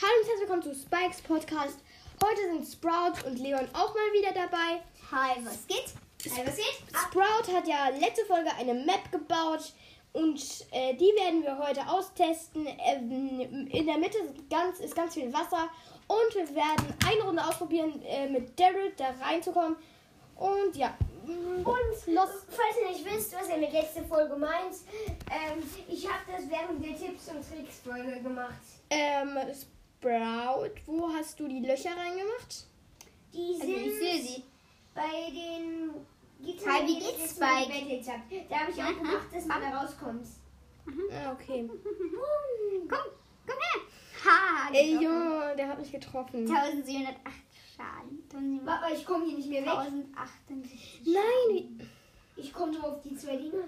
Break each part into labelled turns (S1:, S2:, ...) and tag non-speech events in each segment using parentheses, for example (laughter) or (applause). S1: Hallo und herzlich willkommen zu Spikes Podcast. Heute sind Sprout und Leon auch mal wieder dabei.
S2: Hi, was geht? Hi, was geht?
S1: Sprout hat ja letzte Folge eine Map gebaut und äh, die werden wir heute austesten. Ähm, in der Mitte sind ganz, ist ganz viel Wasser und wir werden eine Runde ausprobieren, äh, mit Daryl da reinzukommen. Und ja, mm,
S2: Und
S1: los.
S2: falls ihr nicht wisst, was ihr mit letzter Folge meint, ähm, ich habe das während der Tipps und Tricks Folge gemacht.
S1: Ähm, Sprout, wo hast du die Löcher reingemacht?
S2: Die sind
S3: Also ich
S2: (laughs)
S3: sehe sie.
S2: bei den Gitarren.
S3: Hi, wie
S2: die ich
S3: geht's,
S2: letztes Mal
S3: Spike?
S2: gebettelt hab. Da habe ich auch gemacht, dass man da rauskommt.
S1: Ah,
S3: (laughs)
S1: okay.
S3: Komm, komm her. Ha,
S1: Ey,
S3: getroffen.
S1: Junge, der hat mich getroffen.
S3: 1708 Schaden. 1708.
S2: Aber ich komme hier nicht mehr weg.
S3: 1078.
S1: Nein,
S2: Ich komme nur auf die zwei Dinger.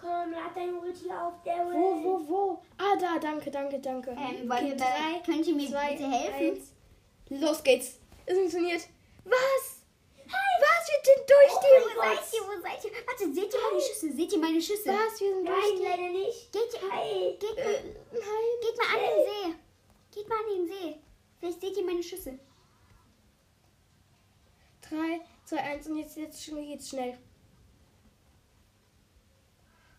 S2: Komm, lad dein Ulti auf, der
S1: Wo, wo, wo? Ah, da, danke, danke, danke.
S3: Ähm, wollen wir bei, könnt ihr mir bitte helfen?
S1: eins. Los geht's. Es funktioniert. Was? Was? Wir sind durch die...
S3: wo seid ihr? Wo seid ihr? Warte, seht ihr meine Schüsse? Seht ihr meine Schüsse?
S1: Was? Wir sind durch
S2: Nein,
S1: die...
S2: leider nicht.
S3: Geht, ihr,
S2: Hi.
S3: geht, mal,
S1: Äh, nein.
S3: geht mal an den See. Geht mal an den See. Vielleicht seht ihr meine Schüsse.
S1: Drei, zwei, eins und jetzt, jetzt schon geht's schnell.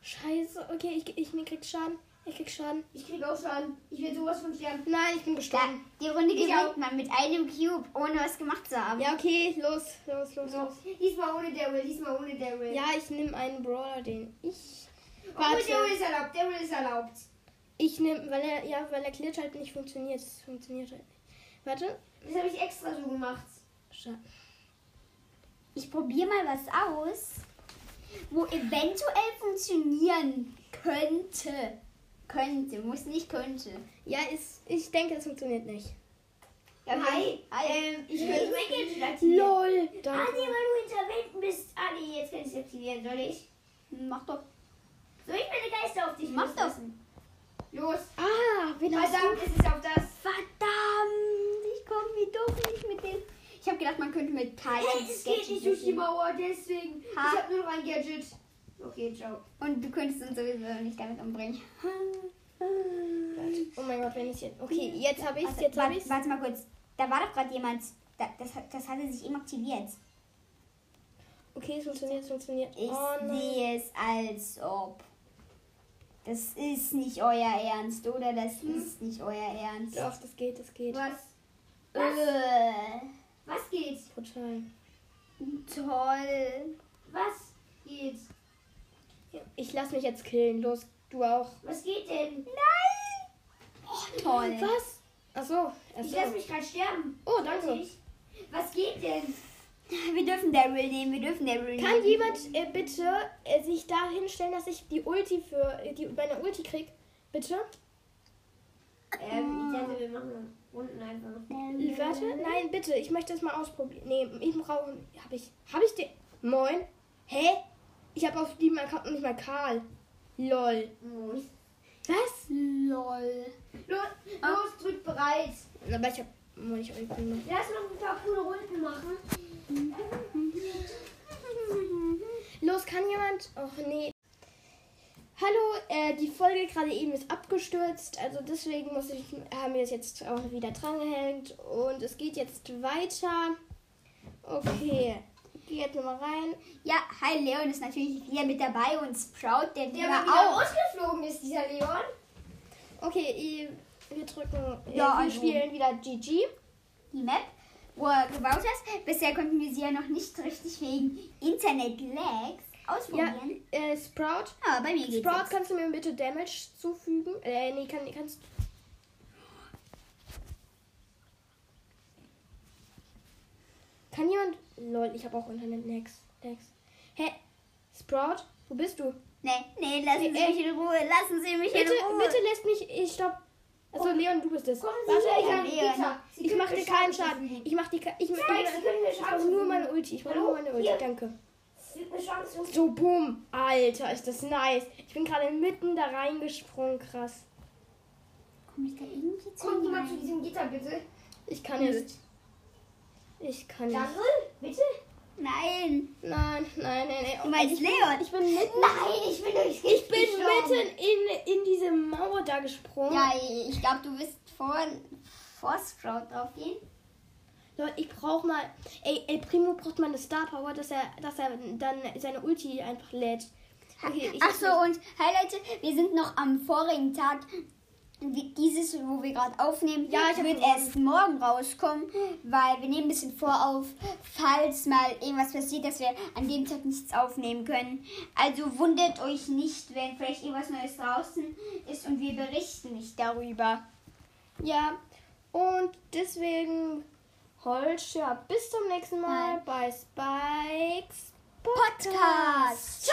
S1: Scheiße. Okay, ich, ich mir krieg Schaden. Ich krieg Schaden.
S2: Ich krieg auch Schaden. Ich will sowas von sterben.
S1: Nein, ich bin
S3: Da,
S1: gestorben.
S3: die Runde
S2: Ich auch.
S3: gewinnt man mit einem Cube, ohne was gemacht zu haben.
S1: Ja, okay. Los, los, los,
S2: So,
S1: los.
S2: diesmal ohne Daryl, diesmal ohne Daryl.
S1: Ja, ich nehme einen Brawler, den ich...
S2: Obwohl,
S1: Warte.
S2: Daryl ist erlaubt, Daryl ist erlaubt.
S1: Ich nehme, weil er, ja, weil er Glitch halt nicht funktioniert. Es funktioniert halt nicht. Warte.
S2: Das habe ich extra so gemacht.
S1: Scha-
S3: Ich probiere mal was aus, wo eventuell funktionieren könnte. Könnte, muss nicht könnte.
S1: Ja, ist, ich denke, es funktioniert nicht.
S3: Ja,
S2: Hi.
S3: okay. Hi. Äh,
S2: Ähm, ich will mein Gadget aktivieren.
S1: LOL!
S2: Ah,
S1: Danke.
S2: nee, weil du hinter Wänden bist. Ah, nee, jetzt kann ich es aktivieren, soll ich?
S3: Mach doch.
S2: Soll ich meine Geister auf dich
S3: Mach doch.
S2: loslassen? Los.
S1: Ah, wen hast
S2: Verdammt, es ist auf das.
S3: Verdammt, ich komme wie doof nicht mit dem. Ich habe gedacht, man könnte mit Kai
S2: Hey,
S3: und
S2: Äh, es
S3: Sketchy
S2: geht nicht durch die
S3: durchgehen.
S2: Mauer, deswegen. Ich
S3: Ha.
S2: habe nur noch ein Gadget. Okay, ciao.
S3: Und du könntest uns sowieso nicht damit umbringen.
S1: du? Oh mein Gott, wenn ich jetzt... Okay, jetzt habe ich
S3: Warte,
S1: jetzt habe
S3: warte,
S1: ich's.
S3: warte mal kurz. Da war doch gerade jemand. Da, das, hat- das hatte sich eben aktiviert.
S1: Okay, es funktioniert, es funktioniert.
S3: Ich
S1: oh nein.
S3: sehe es als ob. Das ist nicht euer Ernst, oder? Das
S1: Hm?
S3: ist nicht euer Ernst.
S1: Doch, das geht, das geht.
S2: Was? Was?
S3: Äh,
S2: Was geht?
S1: Brutal.
S3: toll.
S2: Was geht?
S1: Ich lasse mich jetzt killen. Los, du auch.
S2: Was geht denn?
S3: Nein! Oh, toll.
S1: Was? Achso.
S2: Ich lasse
S1: Achso.
S2: mich gerade sterben.
S1: Oh, danke.
S2: Ich. Was geht denn?
S3: Wir dürfen Daryl nehmen, wir dürfen Daryl nehmen.
S1: Kann jemand äh, bitte äh, sich da hinstellen, dass ich die Ulti für... Äh, die, meine Ulti krieg? Bitte?
S2: Ähm, ich dachte, wir machen Runden einfach.
S3: Ähm,
S1: Äh, Warte, nein, bitte, ich möchte das mal ausprobieren. Nee, ich brauche. Hab ich. Hab ich den. Moin? Hä? Ich habe auf diesem Account nicht mal Karl. Lol.
S2: Los,
S1: Was?
S3: Lol.
S2: los, drückt bereit.
S1: Aber ich hab. Moin, ich hab euch gemacht.
S2: Lass noch ein paar coole Runden machen.
S1: Los, kann jemand. Och nee. Hallo, äh, die Folge gerade eben ist abgestürzt, also deswegen muss ich, haben wir es jetzt auch wieder drangehängt und es geht jetzt weiter. Okay, geh jetzt nochmal rein.
S3: Ja, hi, Leon ist natürlich wieder mit dabei und Sprout, der,
S2: Der
S3: war
S2: mal wieder
S3: auch.
S2: rausgeflogen ist, dieser Leon.
S1: Okay, äh, wir drücken. äh,
S3: Ja,
S1: wir
S3: also-
S1: spielen wieder GG.
S3: die Map, wo er gebaut hat. Bisher konnten wir sie ja noch nicht richtig wegen Internet-Lags
S1: Ja,
S3: ausprobieren.
S1: äh, Sprout.
S3: Ja. bei mir geht's.
S1: Sprout,
S3: jetzt.
S1: kannst du mir bitte Damage zufügen? Äh, nee, kann, kannst Kann jemand. Lol, ich habe auch Internet. Next. Next. Hä? Sprout, wo bist du?
S3: Nee, nee, lassen Sie
S1: Äh,
S3: mich in Ruhe, lassen Sie mich
S1: Bitte,
S3: in Ruhe.
S1: bitte lässt mich. Ich stopp. Also
S2: Oh.
S1: Leon, du bist es.
S2: Kommen Sie
S1: Warte,
S2: her,
S1: ich,
S2: Herr
S1: hab-
S3: Leon.
S2: Gitter. Sie
S1: ich
S2: können
S1: mach dir
S2: mir
S1: keinen
S2: Schaden
S1: Schaden. Ich mach dir ke- ich, ich,
S2: Nein, Sie können mir
S1: ich brauch
S2: Schaden
S1: nur
S2: zufügen.
S1: meine Ulti. Ich brauch
S2: Hallo?
S1: nur meine Ulti.
S2: Hier.
S1: Danke.
S2: Es gibt eine Chance. Und
S1: So, boom. Alter, ist das nice. Ich bin gerade mitten da reingesprungen. Krass.
S3: Komm ich da irgendwie zu?
S2: kommt jemand zu
S3: rein?
S2: diesem Gitter, bitte.
S1: Ich kann nicht. Ich kann nicht.
S2: Daryl, bitte.
S3: Nein.
S1: Nein, nein, nein, nein.
S3: Du meinst Leon?
S1: Ich bin mitten,
S2: Nein, ich bin durchs
S1: ich bin mitten in, in diese Mauer da gesprungen.
S3: Ja, ich glaube, du bist vor, vor Sprout drauf gehen.
S1: Leute, ich brauch mal. Ey, El Primo braucht mal eine Star Power, dass er, dass er dann seine Ulti einfach lädt. Okay, ich
S3: Ach so, und hey Leute, wir sind noch am vorigen Tag. Wie- Dieses, wo wir gerade aufnehmen,
S1: Ja, ich hab
S3: wird
S1: vergessen.
S3: erst morgen rauskommen, weil wir nehmen ein bisschen vor auf, falls mal irgendwas passiert, dass wir an dem Tag nichts aufnehmen können. Also wundert euch nicht, wenn vielleicht irgendwas Neues draußen ist und wir berichten nicht darüber.
S1: Ja, und deswegen Holz, ja, bis zum nächsten Mal bei Spikes
S3: Podcast!